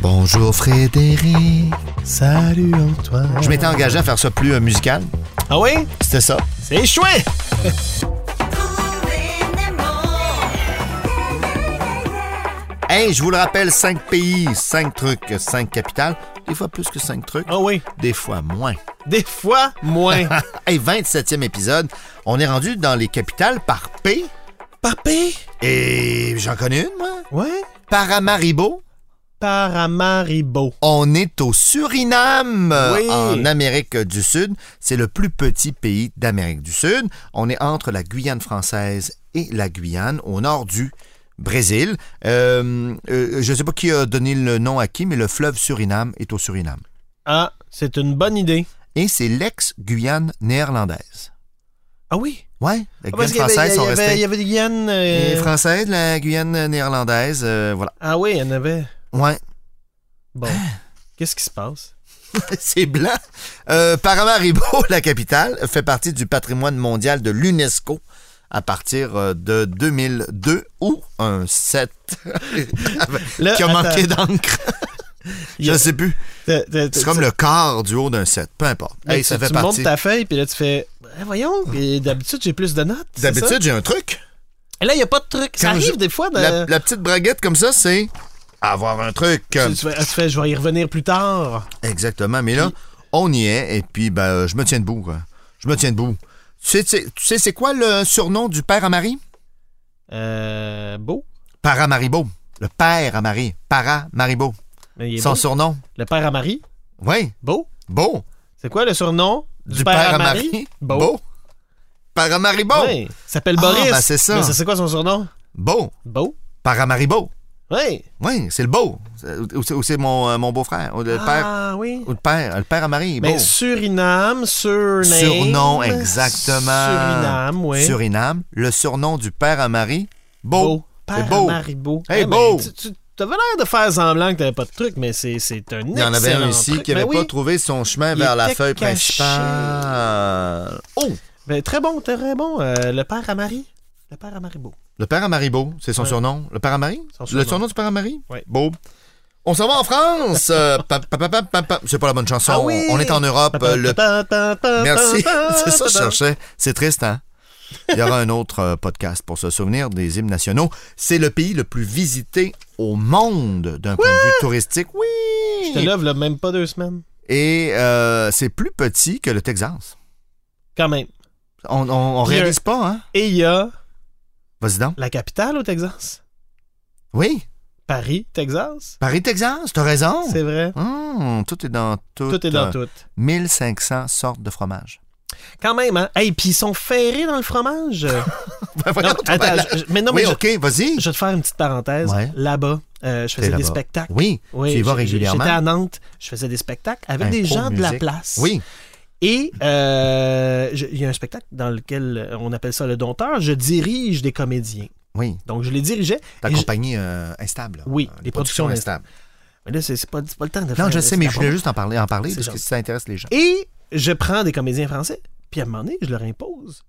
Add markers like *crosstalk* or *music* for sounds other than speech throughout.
Bonjour Frédéric. Salut Antoine. Je m'étais engagé à faire ça plus euh, musical. Ah oui? C'était ça. C'est chouette! Hey, je vous le rappelle, 5 pays, 5 trucs, 5 capitales. Des fois plus que 5 trucs, Ah oui. des fois moins. Des fois, *laughs* moins. hey, 27e épisode. On est rendu dans les capitales par P. Papé? Et j'en connais une, moi. Ouais. Paramaribo. Paramaribo. On est au Suriname, euh, Oui. en Amérique du Sud. C'est le plus petit pays d'Amérique du Sud. On est entre la Guyane française et la Guyane, au nord du Brésil. Euh, euh, je ne sais pas qui a donné le nom à qui, mais le fleuve Suriname est au Suriname. Ah, c'est une bonne idée. Et c'est l'ex-Guyane néerlandaise. Ah oui? Ouais, la Ah, Guyane qu'il y avait- française il y sont avait- Il y restées. avait des Guyane. euh, Les Françaises, la Guyane néerlandaise, euh, voilà. Ah oui, il y en avait. Ouais, Bon. Hein? Qu'est-ce qui se passe? *laughs* C'est blanc. Euh, Paramaribo, *laughs* la capitale, fait partie du patrimoine mondial de l'UNESCO à partir euh, de 2002 ou un 7 *laughs* Là, qui a Euh, attends, manqué d'encre. il y Je a- sais plus. t'as- t'as- C'est t'as- comme le quart du haut d'un 7, peu importe. Là, Hey, ça tu- fait tu partie. Ah. montes ta feuille, puis là, tu fais. Eh, voyons, puis d'habitude, j'ai plus de notes. c'est ça? D'habitude, j'ai un truc. Et là, il n'y a pas de truc. Ça Quand arrive je- des fois. dans- La, la petite braguette comme ça, c'est avoir un truc. tu, tu fais, tu fais, je vais y revenir plus tard. Exactement. Mais là, on y est, et puis ben, euh, je me tiens debout. quoi. Je me tiens debout. Tu sais, tu sais, tu sais c'est quoi le surnom du père à Marie? Euh, beau. Paramaribo. Le père à Marie. Paramaribo. Mais il est Son beau. surnom. Le père à Marie. Oui. Beau. Beau. C'est quoi le surnom Beau. Beau. Paramaribo. Oui. Il s'appelle Ah, Boris. ben, c'est ça. Mais c'est quoi son surnom Beau. Beau. Paramaribo. Oui. Oui, c'est le beau. C'est- Ou c'est- ou c'est mon, euh, mon beau-frère. Ou le père. Ah oui. Ou le père. Le père à Marie. Mais Beau. Suriname, surname. Surnom, exactement. Suriname, oui. Suriname. Le surnom du père à Marie. Beau. Beau. C'est Père beau. Marie Beau. Hey, Eh, mais beau. Tu, tu- t'avais l'air de faire semblant que t'avais pas de truc, mais c'est, c'est un excellent Il y en avait un ici truc. qui n'avait Ben oui. pas trouvé son chemin Il vers la était feuille caché. principale. Oh! Ben, très bon, très bon. Euh, le père à Marie. Le père à Marie Beau. Le père à Maribo, c'est son Ouais. surnom. Le père à Marie? Son Le surnom. surnom du père à Marie? Oui. Beau. On s'en va en France. Euh, *laughs* pa- pa- pa- pa- pa- pa- C'est pas la bonne chanson. Ah oui. On est en Europe. euh, le- Merci. *laughs* C'est ça que je cherchais. C'est triste, hein? Il y aura un autre euh, podcast pour se souvenir des hymnes nationaux. C'est le pays le plus visité au monde d'un point de vue touristique. Je te Oui. lève, là, même pas deux semaines. Et euh, c'est plus petit que le Texas. Quand même. On, on, on Puis, euh, réalise pas, hein? Et il y a Vas-y donc. la capitale au Texas. Oui. Paris, Texas. Paris-Texas, t'as raison. C'est vrai. Hum, tout est dans tout. Tout est euh, dans tout. 1500 sortes de fromages. *laughs* Quand même, hein? Hey, puis ils sont ferrés dans *laughs* le fromage. Ben, Non, mais attends, je- je- mais non, mais oui, je- OK, vas-y. je, vais te faire une petite parenthèse. Ouais. Là-bas, euh, je faisais T'es des là-bas. spectacles. Oui, tu y vas j'ai- j'ai- régulièrement. J'étais à Nantes, je faisais des spectacles avec Impro, des gens de la musique. place. Oui, Et euh, je- il y a un spectacle dans lequel euh, on appelle ça le dompteur. Je dirige des comédiens. oui. Donc, je les dirigeais. Ta Et je- compagnie euh, instable. Oui, Euh, les productions instables. Mais là, c'est c'est pas, c'est pas le temps de faire. Non, je sais, mais je voulais juste juste en parler, en parler C'est parce que gentil. ça intéresse les gens. Et je prends des comédiens français, puis à un moment donné, je leur impose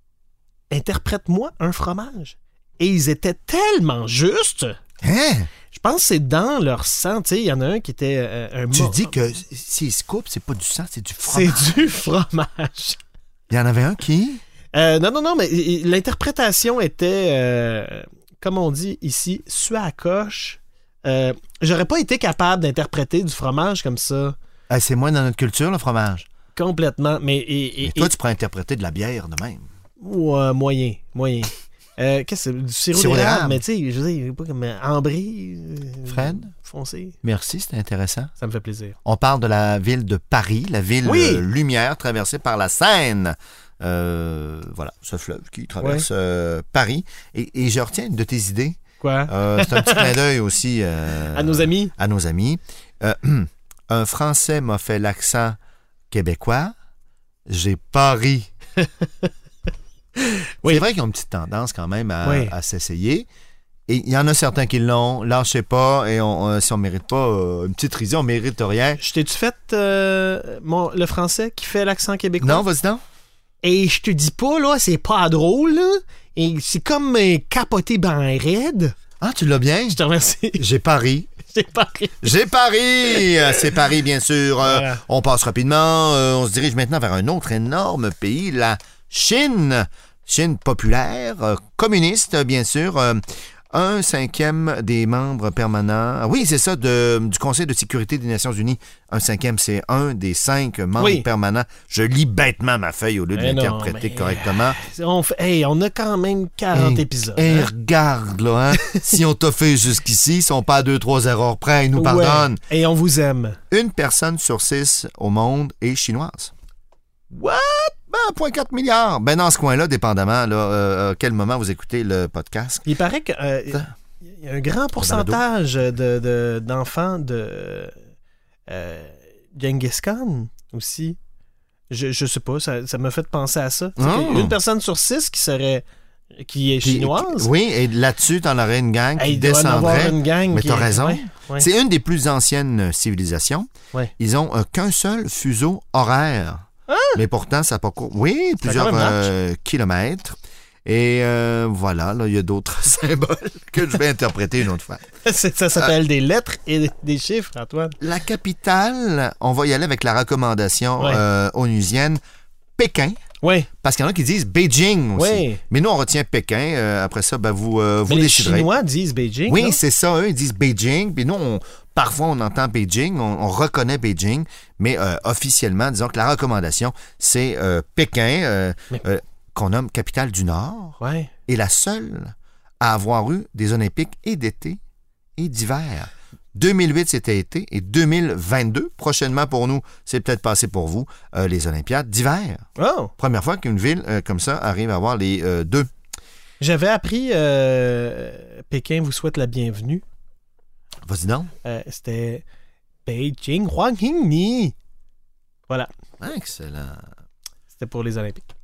interprète-moi un fromage. Et ils étaient tellement justes. Hein? Je pense que c'est dans leur sang. Tu sais, il y en a un qui était euh, un Tu mor- dis que s'ils se coupent, c'est pas du sang, c'est du C'est fromage. du fromage. Il y en avait un qui... Euh, non, non, non, mais i- i- l'interprétation était, euh, comme on dit ici, sué à coche. Euh, J'aurais pas été capable d'interpréter du fromage comme ça, Ah, c'est moins dans notre culture, le fromage. complètement. Mais, et- et- Et et- toi, tu pourrais interpréter de la bière de même. Ou euh, moyen, moyen. Euh, Qu'est-ce que c'est? Du sirop, Sirop d'érable. d'érable, mais tu sais, je veux dire, pas comme euh, ambré. euh, Fred? Foncé. Merci, c'était intéressant. Ça me fait plaisir. On parle de la ville de Paris, la ville Oui. euh, lumière traversée par la Seine. Euh, voilà, ce fleuve qui traverse euh, Paris. Et, et je retiens une de tes idées. Quoi? Euh, c'est un petit clin d'œil aussi euh, *laughs* à nos amis? à nos amis. Euh, *clears throat* un Français m'a fait l'accent québécois. J'ai pas *laughs* ri. Oui. C'est vrai qu'ils ont une petite tendance quand même à, Oui. à s'essayer. Et il y en a certains qui l'ont. Lâchez pas. Et on, on- si on mérite pas euh, une petite risée, on mérite rien. Je t'ai-tu fait euh, mon- le français qui fait l'accent québécois? Non, vas-y donc. Et je te dis pas, là, c'est pas drôle, là. Et c'est comme euh, capoter ben raide. Ah, tu l'as bien? Je te remercie. *laughs* J'ai pas ri. J'ai pas ri. J'ai Paris! Euh, C'est Paris, bien sûr. Euh, Voilà. On passe rapidement. Euh, on se dirige maintenant vers un autre énorme pays, la Chine. Chine populaire, euh, communiste, bien sûr. Euh, un cinquième des membres permanents. Ah Oui, c'est ça, de- du Conseil de sécurité des Nations Unies. Un cinquième, c'est un des cinq membres Oui. permanents. Je lis bêtement ma feuille au lieu de Mais non, l'interpréter mais- correctement. On fait- hey, on a quand même 40 Hey, épisodes. Hey, Eh, hein. regarde, là, hein. *laughs* si on t'a fait jusqu'ici, ils sont pas à deux, trois erreurs près, ils nous Ouais. pardonnent. Et on vous aime. Une personne sur six au monde est chinoise. What? Ben, 1,4 milliard. Ben, dans ce coin-là, dépendamment, là, euh, à quel moment vous écoutez le podcast. Il paraît qu'il Ça. y a un grand pourcentage de- de- d'enfants de, euh, Genghis Khan aussi. Je, je sais pas, ça ça m'a fait penser à ça. C'est Ah. qu'il y a Une personne sur six qui serait qui est Puis- chinoise. Oui, et là-dessus, t'en aurais une gang Hey, qui il doit en avoir descendrait. une gang Mais qui t'as est- raison. Ouais, ouais. C'est une des plus anciennes euh, civilisations. Ouais. Ah! Ils ont euh, qu'un seul fuseau horaire. Mais pourtant, ça parcourt, oui, plusieurs quand même large. euh, kilomètres. Et euh, voilà, là, il y a d'autres *laughs* symboles que je vais interpréter une autre fois. *laughs* C'est- Ça Euh. s'appelle des lettres et des- des chiffres, Antoine. La capitale, on va y aller avec la recommandation Ouais. euh, onusienne, Pékin. Oui, Parce qu'il y en a qui disent Beijing aussi. oui. Mais nous, on retient Pékin. Euh, après ça, ben, vous, euh, vous Mais les déciderez. Chinois disent Beijing. non? Oui, c'est ça. Eux, ils disent Beijing. Puis nous, on- parfois, on entend Beijing, on, on reconnaît Beijing. Mais euh, officiellement, disons que la recommandation, c'est euh, Pékin, euh, Mais- euh, qu'on nomme capitale du Nord, Ouais. et la seule à avoir eu des Olympiques et d'été et d'hiver. 2008, c'était été, et 2022, prochainement pour nous, c'est peut-être passé pour vous, euh, les Olympiades d'hiver. Oh! Première fois qu'une ville euh, comme ça arrive à avoir les euh, deux. J'avais appris euh, Pékin vous souhaite la bienvenue. Vas-y donc. Euh, C'était Beijing Huanghingni. Excellent. C'était pour les Olympiques.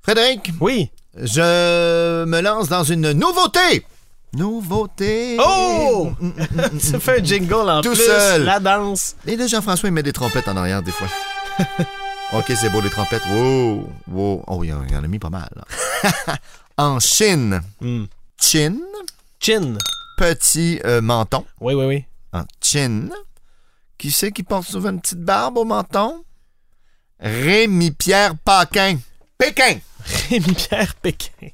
Frédéric, Oui! je me lance dans une nouveauté. Nouveauté. Oh! *laughs* Mm, mm, mm, mm. Ça fait un jingle en Tout plus. seul. La danse. Et là, Jean-François, il met des trompettes en arrière des *laughs* fois. OK, c'est beau, les trompettes. Wow, wow. Oh, il en il en a mis pas mal. *laughs* là. en Chine. Hmm. Chine, Chin. petit euh, menton. Oui, oui, *laughs* oui. En Chine. Qui c'est qui porte souvent une petite barbe au menton? Rémi-Pierre Paquin. Pékin! Rémi-Pierre Pékin.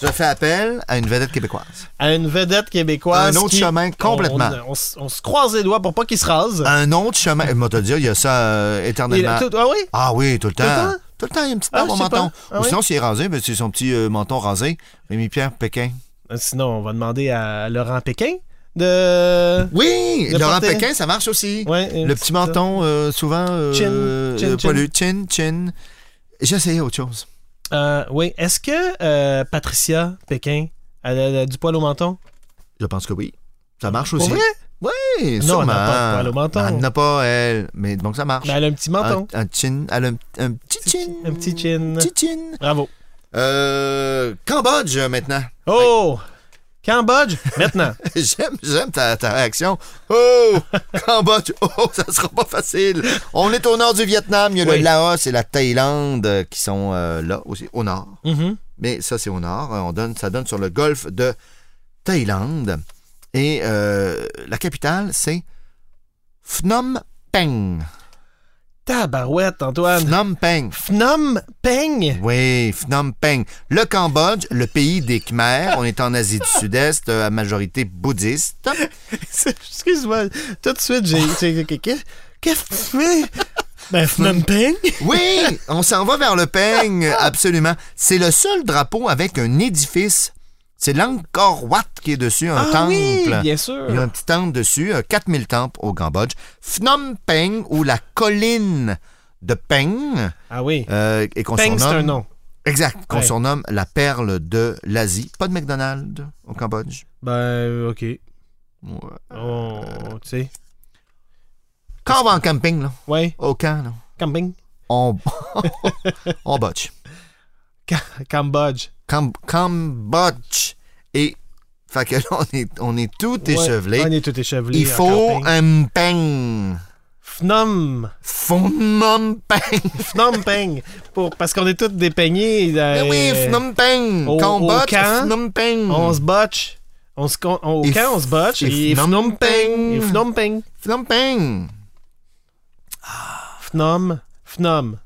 Je fais appel à une vedette *laughs* québécoise. À une vedette québécoise. Un autre qui- chemin, complètement. On, on s- on se croise les doigts pour pas qu'il se rase. Un autre chemin. Euh, Moi, te dire, il y a ça euh, Il- éternellement. tout- ah oui? Ah oui, tout le le temps. temps? Tout le temps, il y a une petite Ah, barbe je au sais menton. pas. Ah Ou ouais? sinon, s'il est rasé, ben, c'est son petit euh, menton rasé. Rémi-Pierre Pékin. Euh, Sinon, on va demander à Laurent Pékin de. Oui, Le Laurent porter. Pékin, ça marche aussi. Ouais, euh, Le petit menton, euh, souvent, euh, Chin, chin, euh, chin. poilu. Chin, chin. J'essayais autre chose. Euh, oui. Est-ce que euh, Patricia Pékin elle a, elle a du poil au menton? Je pense que oui. Ça marche Pour aussi. vrai? Oui, Non, sûrement. elle n'a pas de poil au menton. Elle n'a pas, elle. Mais donc, ça marche. Mais Ben, elle a un petit menton. Un, un chin. Elle a un, un petit chin. Un petit chin. Petit chin. Bravo. Euh, Cambodge maintenant. Oh! Cambodge, *laughs* maintenant. *laughs* J'aime, j'aime ta, ta réaction. Oh, Cambodge, oh, ça sera pas facile. On est au nord du Vietnam, il y a Oui. le Laos et la Thaïlande euh, qui sont euh, là aussi, au nord. Mhm. Mais ça, c'est au nord. Euh, On donne, ça donne sur le golfe de Thaïlande. Et euh, la capitale, c'est Phnom Penh. Tabarouette, Antoine. Phnom Penh. Phnom Penh. Oui, Phnom Penh. Le Cambodge, le pays des Khmers. On est en Asie du Sud-Est, euh, à majorité bouddhiste. *laughs* Excuse-moi. Tout de suite, j'ai. j'ai- Qu'est-ce qu'est-ce que tu fais? *laughs* Ben, Phnom Penh. Oui, on s'en va vers le *laughs* peigne, absolument. C'est le seul drapeau avec un édifice. C'est l'Angkor Wat qui est dessus, un Ah temple. oui, bien Il y a sûr. un petit temple dessus, euh, 4000 temples au Cambodge. Phnom Penh, ou la colline de Penh, Ah oui. euh, et qu'on Penh, c'est surnomme... un nom. Exact, qu'on Ouais. surnomme la perle de l'Asie. Pas de McDonald's au Cambodge. Ben, OK. Ouais. Oh, tu sais. Quand on va en camping, là, Ouais. au camp, là, Camping. on, *laughs* on botche. Ca- Cambodge. Cam- Cambodge. Et fait que là, on est, on est tout Ouais, échevelé. On est tout échevelé. Il en faut camping. un peigne. Phnom. Phnom Penh. Phnom Penh. Pour, parce qu'on est tous dépeignés. Mais euh, Ben oui, Phnom Penh. au- au Cambodge, camp, Phnom Penh. On se botche. On se, con- on- Et au camp, on se botche. et Et Phnom Phnom Penh. Penh. Et Phnom Penh. Phnom Penh. Phnom. Phnom.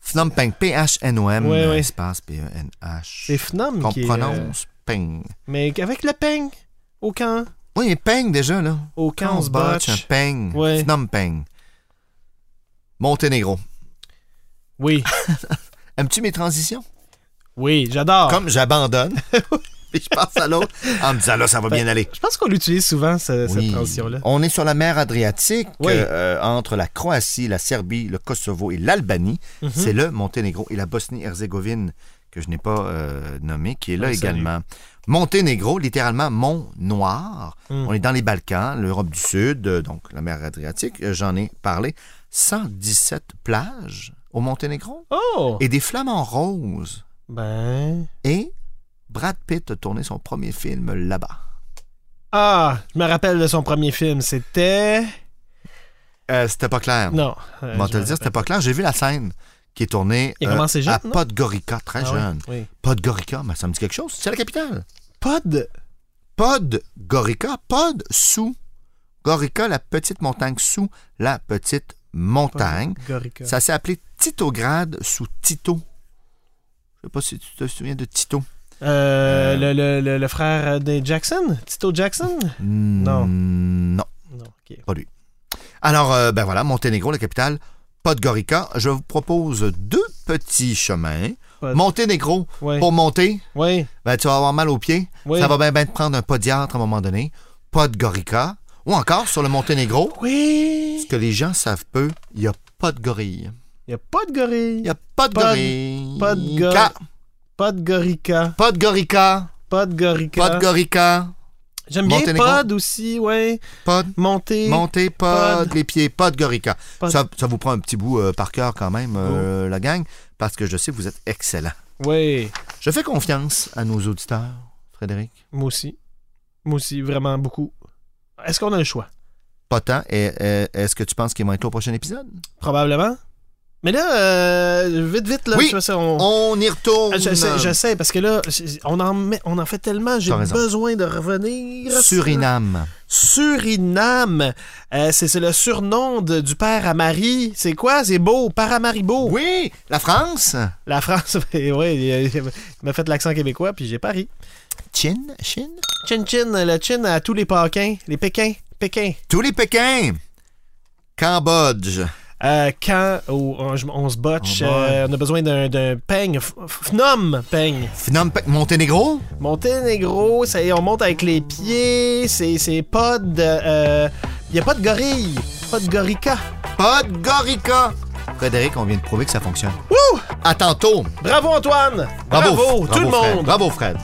Phnom Penh. P-H-N-O-M. Ouais, ouais. Espace P-E-N-H. C'est Phnom Qu'on qui est, euh, prononce Peng. Mais avec le peigne. Au camp. Oui, mais Peng déjà, là. Au camp, on se un botche. Peng. Ouais. Phnom Penh. Monténégro. Oui. Aimes-tu mes transitions? Oui, j'adore. Comme j'abandonne, *laughs* puis je passe à l'autre en me disant là, ça va bien aller. Je pense qu'on l'utilise souvent, ce- Oui. Ben, cette transition-là. On est sur la mer Adriatique, Oui. euh, euh, entre la Croatie, la Serbie, le Kosovo et l'Albanie. Mhm. C'est le Monténégro et la Bosnie-Herzégovine, que je n'ai pas euh, nommé, qui est là On le salue. également. Monténégro, littéralement Mont Noir. Mm. On est dans les Balkans, l'Europe du Sud, euh, donc la mer Adriatique, euh, j'en ai parlé. 117 plages au Monténégro Oh! et des flammes en rose. Ben. Et Brad Pitt a tourné son premier film là-bas. Ah, je me rappelle de son premier film. C'était. Euh, c'était pas clair. Non. euh, Bon, je te le me dire, c'était rappelle. pas clair. J'ai vu la scène qui est tournée euh, Il a commencé jeune, à non? Podgorica, très Ah oui, jeune. oui. Podgorica, mais ça me dit quelque chose. C'est la capitale. Pod. Podgorica, Pod sous Gorica, la petite montagne sous la petite montagne. Gorica. Ça s'est appelé Titograd sous Tito. Je sais pas si tu te souviens de Tito. Euh, le, le- le- le frère de Jackson? Tito Jackson? Non. Hmm, Non. Non, ok. Alors, euh, ben voilà, Monténégro, la capitale, Podgorica. Je vous propose deux petits chemins. Pod- Monténégro, Ouais. pour monter, Ouais. ben, tu vas avoir mal aux pieds. Oui. Ça va bien, bien te prendre un podiatre à un moment donné. Podgorica. Ou encore, sur le Monténégro, Oui. ce que les gens savent peu, il n'y a pas de gorille. Il n'y a pas de Il gorille. n'y a pas de Pod- gorille. pas de go- Ca- Pas de gorica. Pas de gorica. Pas de gorica. Pas de gorica. J'aime bien Monténégro. pod aussi, ouais. Pas de... Monter. Montez, pas Pod. de les pieds, pas de gorica. Pod. Oh. Ça, ça vous prend un petit bout euh, par cœur quand même, euh, la gang, parce que je sais que vous êtes excellents. Ouais. Je fais confiance à nos auditeurs, Frédéric. Moi aussi. Moi aussi, vraiment beaucoup. Est-ce qu'on a le choix? Pas tant. Et- et- Est-ce que tu penses qu'ils vont être là au prochain épisode? Probablement. Mais là, euh, vite, vite, là, Oui. tu vois ça, on... On y retourne. Ah, Je sais, je sais, parce que là, c'est- on en, met- on en fait tellement, j'ai T'as raison. besoin de revenir. Suriname. Suriname. Euh, c'est c'est le surnom de- du père à Marie. C'est quoi? C'est beau, père à Marie beau. Oui, la France. La France, *laughs* oui, oui, il il m'a fait l'accent québécois, puis j'ai pas ri. Chine, Chine. Chin chin, le chin à tous les Pékins, les Pékins, Pékins. Tous les Pékins. Cambodge. Euh, quand oh, on, je- on se botche, On va. euh, on a besoin d'un- d'un peigne, f- f- phnom peigne. Phnom Penh. Monténégro. Monténégro, ça y est, on monte avec les pieds, c'est, c'est pas de... Il a pas de gorille, pas de gorica. Podgorica. Frédéric, on vient de prouver que ça fonctionne. Wouh! À tantôt. Bravo Antoine! Bravo, Bravo, tout le Fred. monde! Bravo, Fred.